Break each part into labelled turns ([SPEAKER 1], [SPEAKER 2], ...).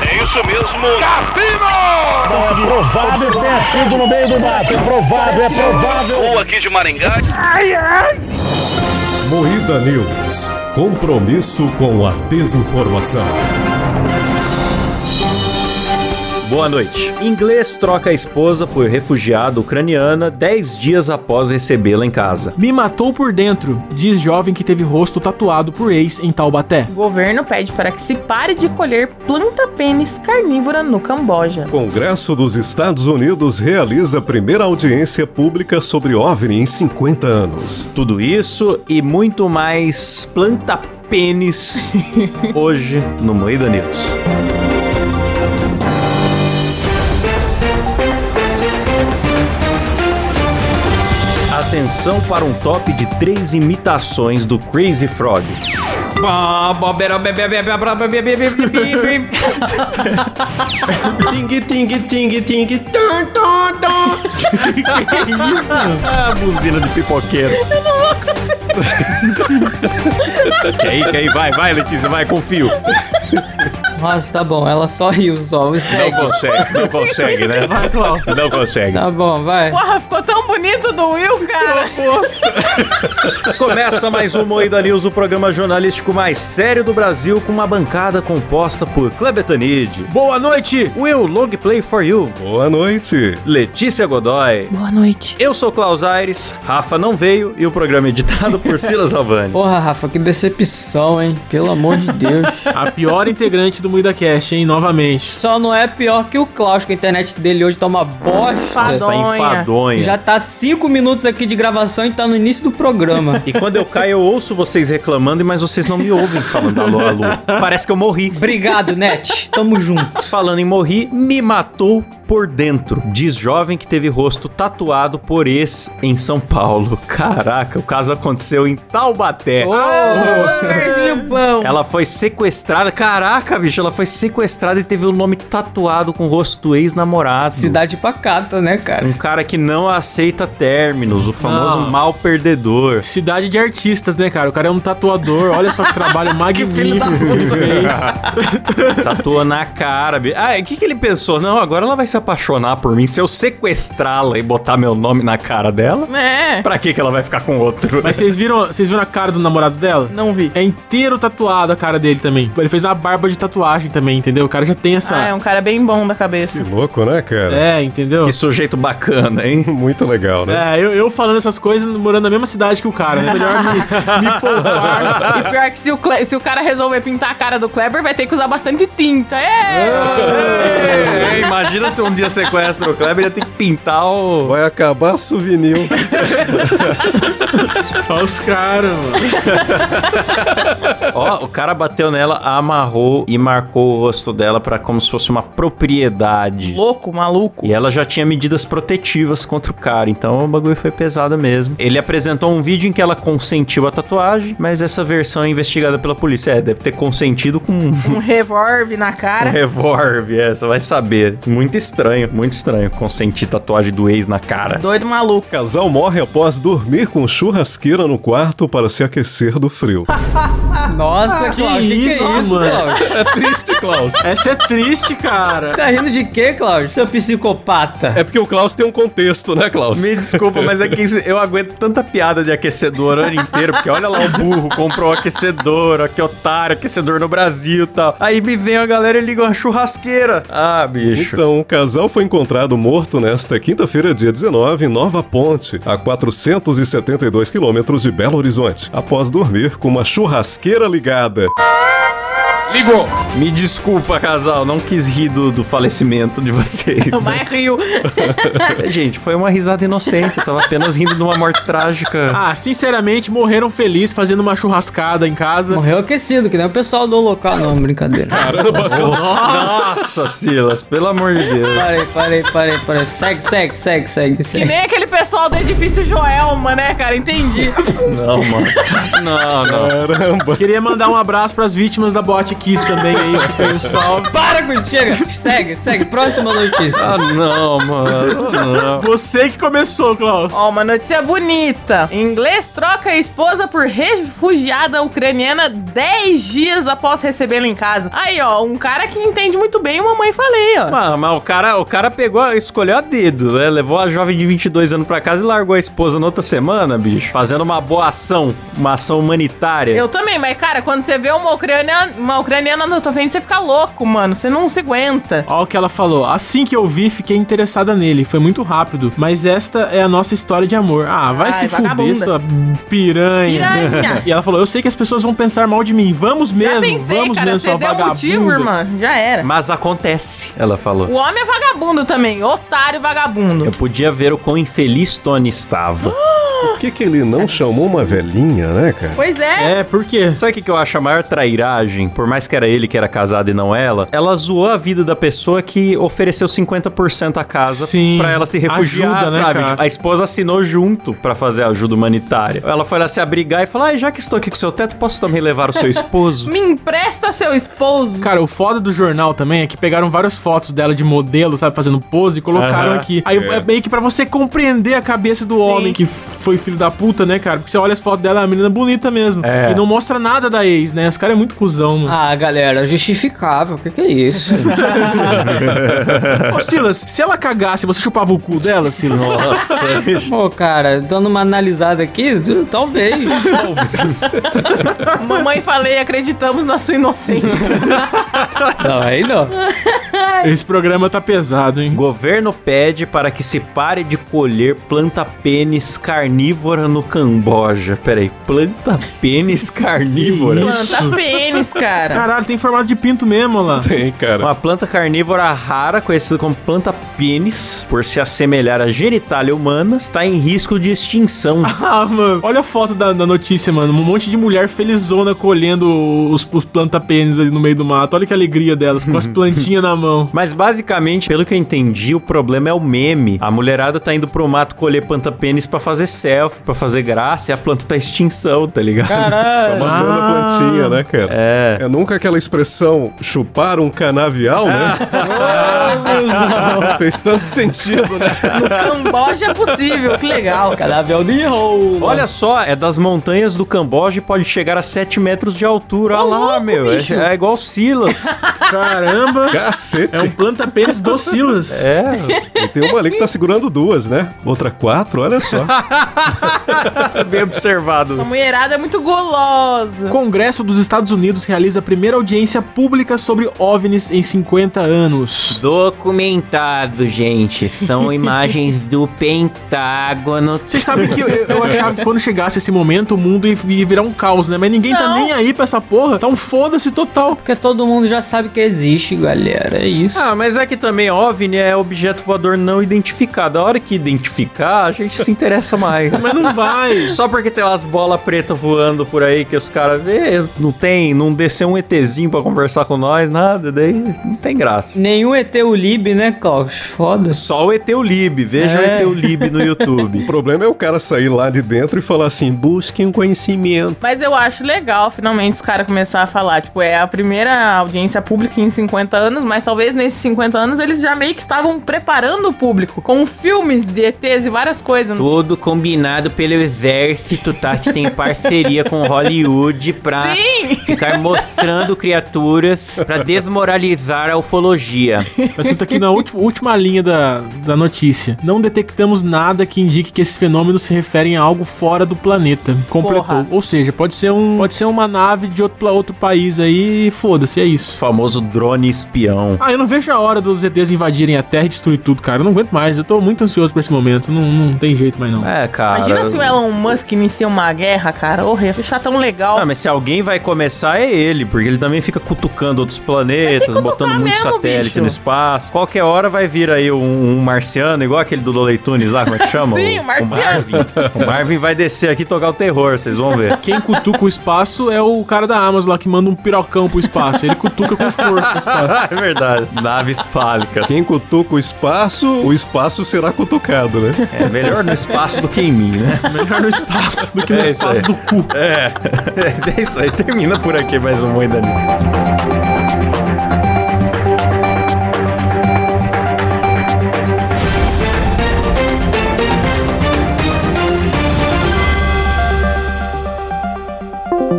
[SPEAKER 1] É isso mesmo, Cassino!
[SPEAKER 2] Conseguiu. Provável que tenha sido no meio do mato. É provável, é provável.
[SPEAKER 1] Ou aqui de Maringá.
[SPEAKER 3] Moída News. Compromisso com a desinformação.
[SPEAKER 4] Boa noite. Inglês troca a esposa por refugiada ucraniana 10 dias após recebê-la em casa.
[SPEAKER 5] Me matou por dentro, diz jovem que teve rosto tatuado por ex em Taubaté.
[SPEAKER 6] O governo pede para que se pare de colher planta pênis carnívora no Camboja.
[SPEAKER 3] Congresso dos Estados Unidos realiza a primeira audiência pública sobre OVNI em 50 anos.
[SPEAKER 4] Tudo isso e muito mais planta pênis hoje no Moída News. Atenção para um top de três imitações do Crazy Frog.
[SPEAKER 5] Ting, ting, ting, ting, tum, tum, tum.
[SPEAKER 4] Ah, buzina de pipoqueiro. Eu não vou conseguir. Quer ir, quer ir? Vai, vai, Letícia, vai, confio.
[SPEAKER 7] Nossa, tá bom, ela só riu só. o
[SPEAKER 4] Não
[SPEAKER 7] segue.
[SPEAKER 4] consegue, não consegue, né?
[SPEAKER 5] Vai, Clau.
[SPEAKER 4] Não consegue.
[SPEAKER 7] Tá bom, vai.
[SPEAKER 6] Porra, ficou tão bonito do Will, cara.
[SPEAKER 4] Começa mais um Moída News, o programa jornalístico mais sério do Brasil, com uma bancada composta por Clebetanide,
[SPEAKER 5] Boa noite.
[SPEAKER 4] Will Long Play For You,
[SPEAKER 3] Boa noite.
[SPEAKER 4] Letícia Godoy.
[SPEAKER 6] Boa noite.
[SPEAKER 4] Eu sou Klaus Aires, Rafa não veio e o programa é editado por Silas Havani.
[SPEAKER 7] Porra, Rafa, que decepção, hein? Pelo amor de Deus.
[SPEAKER 5] A pior integrante do Moída Cast, hein? Novamente.
[SPEAKER 7] Só não é pior que o Klaus, que a internet dele hoje tá uma bosta.
[SPEAKER 4] Está Tá enfadonha.
[SPEAKER 7] Já tá cinco minutos aqui de gravação e tá no início do programa.
[SPEAKER 4] E quando eu caio, eu ouço vocês reclamando, mas vocês não me ouvem falando alô, alô. Parece que eu morri.
[SPEAKER 7] Obrigado, Net. Tamo junto.
[SPEAKER 4] Falando em morri, me matou por dentro. Diz jovem que teve rosto tatuado por ex em São Paulo. Caraca, o caso aconteceu em Taubaté.
[SPEAKER 5] Ah.
[SPEAKER 6] Lugarzinho bom.
[SPEAKER 4] Ela foi sequestrada. Caraca, bicho, ela foi sequestrada e teve o nome tatuado com o rosto do ex-namorado.
[SPEAKER 7] Cidade pacata, né, cara?
[SPEAKER 4] Um cara que não aceita términos, o famoso
[SPEAKER 5] Não.
[SPEAKER 4] mal perdedor.
[SPEAKER 5] Cidade de artistas, né, cara? O cara é um tatuador. Olha só que trabalho magnífico que ele fez.
[SPEAKER 4] Tatua na cara. bi- Ah, o que, que ele pensou? Não, agora ela vai se apaixonar por mim se eu sequestrá-la e botar meu nome na cara dela.
[SPEAKER 6] É.
[SPEAKER 4] Pra que que ela vai ficar com outro?
[SPEAKER 5] Mas vocês viram, vocês viram a cara do namorado dela?
[SPEAKER 6] Não vi.
[SPEAKER 5] É inteiro tatuado a cara dele também. Ele fez uma barba de tatuagem também, entendeu? O cara já tem essa.
[SPEAKER 6] Ah, é um cara bem bom da cabeça.
[SPEAKER 3] Que louco, né, cara?
[SPEAKER 5] É, entendeu?
[SPEAKER 4] Que sujeito bacana, hein?
[SPEAKER 3] Muito legal, né?
[SPEAKER 5] É, eu, eu falando essas coisas morando na mesma cidade que o cara. né? Melhor me, me poupar.
[SPEAKER 6] E pior que se o, Cle- se o cara resolver pintar a cara do Kleber, vai ter que usar bastante tinta. É.
[SPEAKER 4] É, imagina se um dia sequestra o Kleber, ele tem que pintar o...
[SPEAKER 3] Vai acabar souvenir.
[SPEAKER 5] Olha os caras, mano.
[SPEAKER 4] Ó, o cara bateu nela, amarrou e marcou o rosto dela pra como se fosse uma propriedade.
[SPEAKER 6] Louco, maluco.
[SPEAKER 4] E ela já tinha medidas protetivas contra o cara, então o bagulho foi pesado mesmo. Ele apresentou um vídeo em que ela consentiu a tatuagem, mas essa versão é investigada pela polícia. É, deve ter consentido com um
[SPEAKER 6] Um revólver na cara.
[SPEAKER 4] revólver, essa vai saber. Muito estranho, muito estranho consentir tatuagem do ex na cara.
[SPEAKER 6] Doido maluco.
[SPEAKER 3] Casal morre após dormir com churrasqueira no quarto para se aquecer do frio.
[SPEAKER 7] Nossa,
[SPEAKER 5] que
[SPEAKER 7] Klaus, que,
[SPEAKER 5] isso,
[SPEAKER 7] que é isso,
[SPEAKER 5] mano?
[SPEAKER 7] Klaus?
[SPEAKER 3] É triste, Klaus.
[SPEAKER 5] Essa é triste, cara.
[SPEAKER 7] Tá rindo de quê, Klaus? Seu um psicopata.
[SPEAKER 3] É porque o Klaus tem um contexto, né, Klaus?
[SPEAKER 4] Me desculpa, mas é que eu aguento tanta piada de aquecedor o ano inteiro, porque olha lá o burro, comprou um aquecedor, ó, que otário, aquecedor no Brasil e tal. Aí me vem a galera e liga uma churrasqueira. Ah, bicho.
[SPEAKER 3] Então, o casal foi encontrado morto nesta quinta-feira, dia 19, em Nova Ponte, a 472 quilômetros de Belo Horizonte, após dormir com uma churrasqueira ligada.
[SPEAKER 1] Ligou.
[SPEAKER 4] Me desculpa, casal, não quis rir do, do falecimento de vocês.
[SPEAKER 6] Mas riu.
[SPEAKER 4] Gente, foi uma risada inocente, eu tava apenas rindo de uma morte trágica.
[SPEAKER 5] Ah, sinceramente, morreram felizes fazendo uma churrascada em casa.
[SPEAKER 7] Morreu aquecido, que nem o pessoal do local. Não, brincadeira.
[SPEAKER 4] Nossa, Silas, pelo amor de Deus.
[SPEAKER 7] Parei, parei, parei, parei. Segue, segue, segue, segue,
[SPEAKER 6] Que
[SPEAKER 7] segue.
[SPEAKER 6] nem aquele pessoal do edifício Joelma, né, cara? Entendi.
[SPEAKER 4] Não, mano. Não, não.
[SPEAKER 3] Caramba!
[SPEAKER 5] Queria mandar um abraço pras vítimas da boate Kiss também aí, fica aí o salve.
[SPEAKER 7] Para com isso, chega. Segue, segue. Próxima notícia.
[SPEAKER 4] Ah, não, mano. Não.
[SPEAKER 5] Você que começou, Klaus.
[SPEAKER 6] Ó, uma notícia bonita. Inglês troca a esposa por refugiada ucraniana 10 dias após recebê-la em casa. Aí, ó, um cara que entende muito bem uma mãe faleia.
[SPEAKER 4] Mano, mas o cara, o cara pegou, escolheu a dedo, né? Levou a jovem de 22 anos pra casa e largou a esposa na outra semana, bicho. Fazendo uma boa ação, uma ação humanitária.
[SPEAKER 6] Eu também, mas cara, quando você vê uma ucraniana, uma ucraniana na tua frente, você fica louco, mano. Você não se aguenta.
[SPEAKER 5] Olha o que ela falou. Assim que eu vi, fiquei interessada nele. Foi muito rápido. Mas esta é a nossa história de amor. Ah, vai
[SPEAKER 6] Ai,
[SPEAKER 5] se fuder,
[SPEAKER 6] vagabunda.
[SPEAKER 5] sua piranha.
[SPEAKER 6] Piranha.
[SPEAKER 5] e ela falou: Eu sei que as pessoas vão pensar mal de mim. Vamos mesmo.
[SPEAKER 6] Já pensei,
[SPEAKER 5] vamos
[SPEAKER 6] cara,
[SPEAKER 5] mesmo,
[SPEAKER 6] você
[SPEAKER 5] sua
[SPEAKER 6] deu um
[SPEAKER 5] vagabunda.
[SPEAKER 6] motivo, irmã. Já era.
[SPEAKER 4] Mas acontece, ela falou.
[SPEAKER 6] O homem é vagabundo também. Otário vagabundo.
[SPEAKER 4] Eu podia ver o quão infeliz Tony estava.
[SPEAKER 3] Por que, que ele não chamou uma velhinha, né, cara?
[SPEAKER 6] Pois é.
[SPEAKER 5] É, por quê?
[SPEAKER 4] Sabe o que que eu acho a maior trairagem? Por mais que era ele que era casado e não ela, ela zoou a vida da pessoa que ofereceu 50% a casa
[SPEAKER 5] Sim.
[SPEAKER 4] pra ela se refugiar,
[SPEAKER 5] Ajuda, né,
[SPEAKER 4] sabe?
[SPEAKER 5] cara?
[SPEAKER 4] a esposa assinou junto pra fazer a ajuda humanitária. Ela foi lá se abrigar e falou: ah, já que estou aqui com seu teto, posso também levar o seu esposo?
[SPEAKER 6] Me empresta seu esposo.
[SPEAKER 5] Cara, o foda do jornal também é que pegaram várias fotos dela de modelo, sabe, fazendo pose e colocaram
[SPEAKER 4] Aham.
[SPEAKER 5] aqui. Aí é. meio que pra você compreender a cabeça do homem que foi filho da puta, né, cara? Porque você olha as fotos dela, é uma menina bonita mesmo.
[SPEAKER 4] É.
[SPEAKER 5] E não mostra nada da ex, né? Os caras é muito cuzão, mano.
[SPEAKER 7] Ah, galera, justificável. O que, que é isso?
[SPEAKER 5] Ô, Silas, se ela cagasse, você chupava o cu dela, Silas?
[SPEAKER 4] Nossa,
[SPEAKER 7] Pô, cara, dando uma analisada aqui, tu- talvez.
[SPEAKER 6] Mamãe falei, acreditamos na sua inocência.
[SPEAKER 7] não, aí não.
[SPEAKER 5] Esse programa tá pesado, hein?
[SPEAKER 4] Governo pede para que se pare de colher planta pênis carnívora no Camboja. Peraí, planta pênis carnívora?
[SPEAKER 6] Planta pênis, cara.
[SPEAKER 5] Caralho, tem formato de pinto mesmo olha lá.
[SPEAKER 3] Tem, cara.
[SPEAKER 4] Uma planta carnívora rara, conhecida como planta pênis, por se assemelhar à genitália humana, está em risco de extinção.
[SPEAKER 5] Ah, mano, olha a foto da, da notícia, mano. Um monte de mulher felizona colhendo os, os planta-pênis ali no meio do mato. Olha que alegria delas, com as plantinhas na mão.
[SPEAKER 4] Mas basicamente, pelo que eu entendi, o problema é o meme. A mulherada tá indo pro mato colher planta pênis pra fazer selfie, pra fazer graça, e a planta tá em extinção, tá ligado?
[SPEAKER 3] Tá
[SPEAKER 7] Caralho.
[SPEAKER 3] matando a plantinha, né, cara? É. É nunca aquela expressão chupar um canavial, né? Ah, Fez tanto sentido, né?
[SPEAKER 6] No Camboja é possível. Que legal, cara.
[SPEAKER 7] Canavial de rolo.
[SPEAKER 4] Olha só, é das montanhas do Camboja e pode chegar a 7 metros de altura. Olha lá, meu. é-
[SPEAKER 6] bicho.
[SPEAKER 4] É, igual Silas.
[SPEAKER 5] Caramba!
[SPEAKER 3] Cacete.
[SPEAKER 5] É um planta-pênis do Silas.
[SPEAKER 4] é,
[SPEAKER 3] E tem uma ali que tá segurando duas, né? Outra quatro, olha só.
[SPEAKER 4] bem observado.
[SPEAKER 6] A mulherada é muito golosa.
[SPEAKER 5] Congresso dos Estados Unidos realiza a primeira audiência pública sobre OVNIs em 50 anos.
[SPEAKER 7] Documentado, gente. São imagens do Pentágono.
[SPEAKER 5] Vocês sabem que eu, eu achava que quando chegasse esse momento o mundo ia, ia virar um caos, né? Mas ninguém tá
[SPEAKER 6] Não.
[SPEAKER 5] nem aí pra essa porra. Tá um foda-se total.
[SPEAKER 7] Porque todo mundo já sabe que existe, galera. É isso.
[SPEAKER 4] Ah, mas é que também OVNI é objeto voador não identificado. A hora que identificar, a gente se interessa mais.
[SPEAKER 5] Mas não vai.
[SPEAKER 4] Só porque tem umas bolas pretas voando por aí que os caras vê, não tem, não desceu um ETzinho pra conversar com nós, nada, daí não tem graça.
[SPEAKER 7] Nenhum ET Ulib, né, Klaus? Foda-se.
[SPEAKER 4] Só o ETULIB, veja
[SPEAKER 7] É.
[SPEAKER 4] o ETULIB no YouTube.
[SPEAKER 3] O problema é o cara sair lá de dentro e falar assim: busquem um conhecimento.
[SPEAKER 6] Mas eu acho legal, finalmente, os caras começar a falar. Tipo, é a primeira audiência pública em 50 anos, mas talvez nesses 50 anos eles já meio que estavam preparando o público com filmes de ETs e várias coisas.
[SPEAKER 7] Tudo combinado pelo exército, tá? Que tem parceria com Hollywood pra
[SPEAKER 6] Sim!
[SPEAKER 7] ficar mostrando criaturas pra desmoralizar a ufologia.
[SPEAKER 5] Tá escrito aqui na ulti- última linha da, da notícia. Não detectamos nada que indique que esses fenômenos se referem a algo fora do planeta. Completou.
[SPEAKER 6] Porra.
[SPEAKER 5] Ou seja, pode ser, um, pode ser uma nave de outro, pla- outro país aí e foda-se, é
[SPEAKER 4] O
[SPEAKER 5] isso.
[SPEAKER 4] famoso drone espião.
[SPEAKER 5] Ah, eu não vejo a hora dos ETs invadirem a Terra e destruir tudo, cara. Eu não aguento mais. Eu tô muito ansioso pra esse momento. Não, não tem jeito mais, não.
[SPEAKER 4] É, cara.
[SPEAKER 6] Imagina se o Elon Musk inicia uma guerra, cara. Porra, ia fechar tão legal.
[SPEAKER 4] Ah, mas se alguém vai começar é ele, porque ele também fica cutucando outros
[SPEAKER 6] Mas tem que
[SPEAKER 4] planetas,
[SPEAKER 6] cutucar
[SPEAKER 4] botando muito
[SPEAKER 6] mesmo,
[SPEAKER 4] satélite
[SPEAKER 6] bicho.
[SPEAKER 4] no espaço. Qualquer hora vai vir aí um, um marciano, igual aquele do Lolei Tunes lá, como é que chama?
[SPEAKER 6] Sim, o marciano.
[SPEAKER 4] Marvin. O Marvin vai descer aqui e tocar o terror, vocês vão ver.
[SPEAKER 5] Quem cutuca o espaço é o cara da Amazon lá que manda um pirocão pro espaço. Ele cutuca com força o espaço.
[SPEAKER 4] é verdade. Naves fálicas.
[SPEAKER 3] Quem cutuca o espaço, o espaço será cutucado, né?
[SPEAKER 4] É melhor no espaço do que em mim, né?
[SPEAKER 5] Melhor no espaço do que no
[SPEAKER 4] É isso aí.
[SPEAKER 5] espaço do cu.
[SPEAKER 4] É. É isso aí. Termina por aqui mais um Oi Danilo.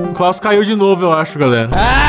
[SPEAKER 5] O Klaus caiu de novo, eu acho, galera.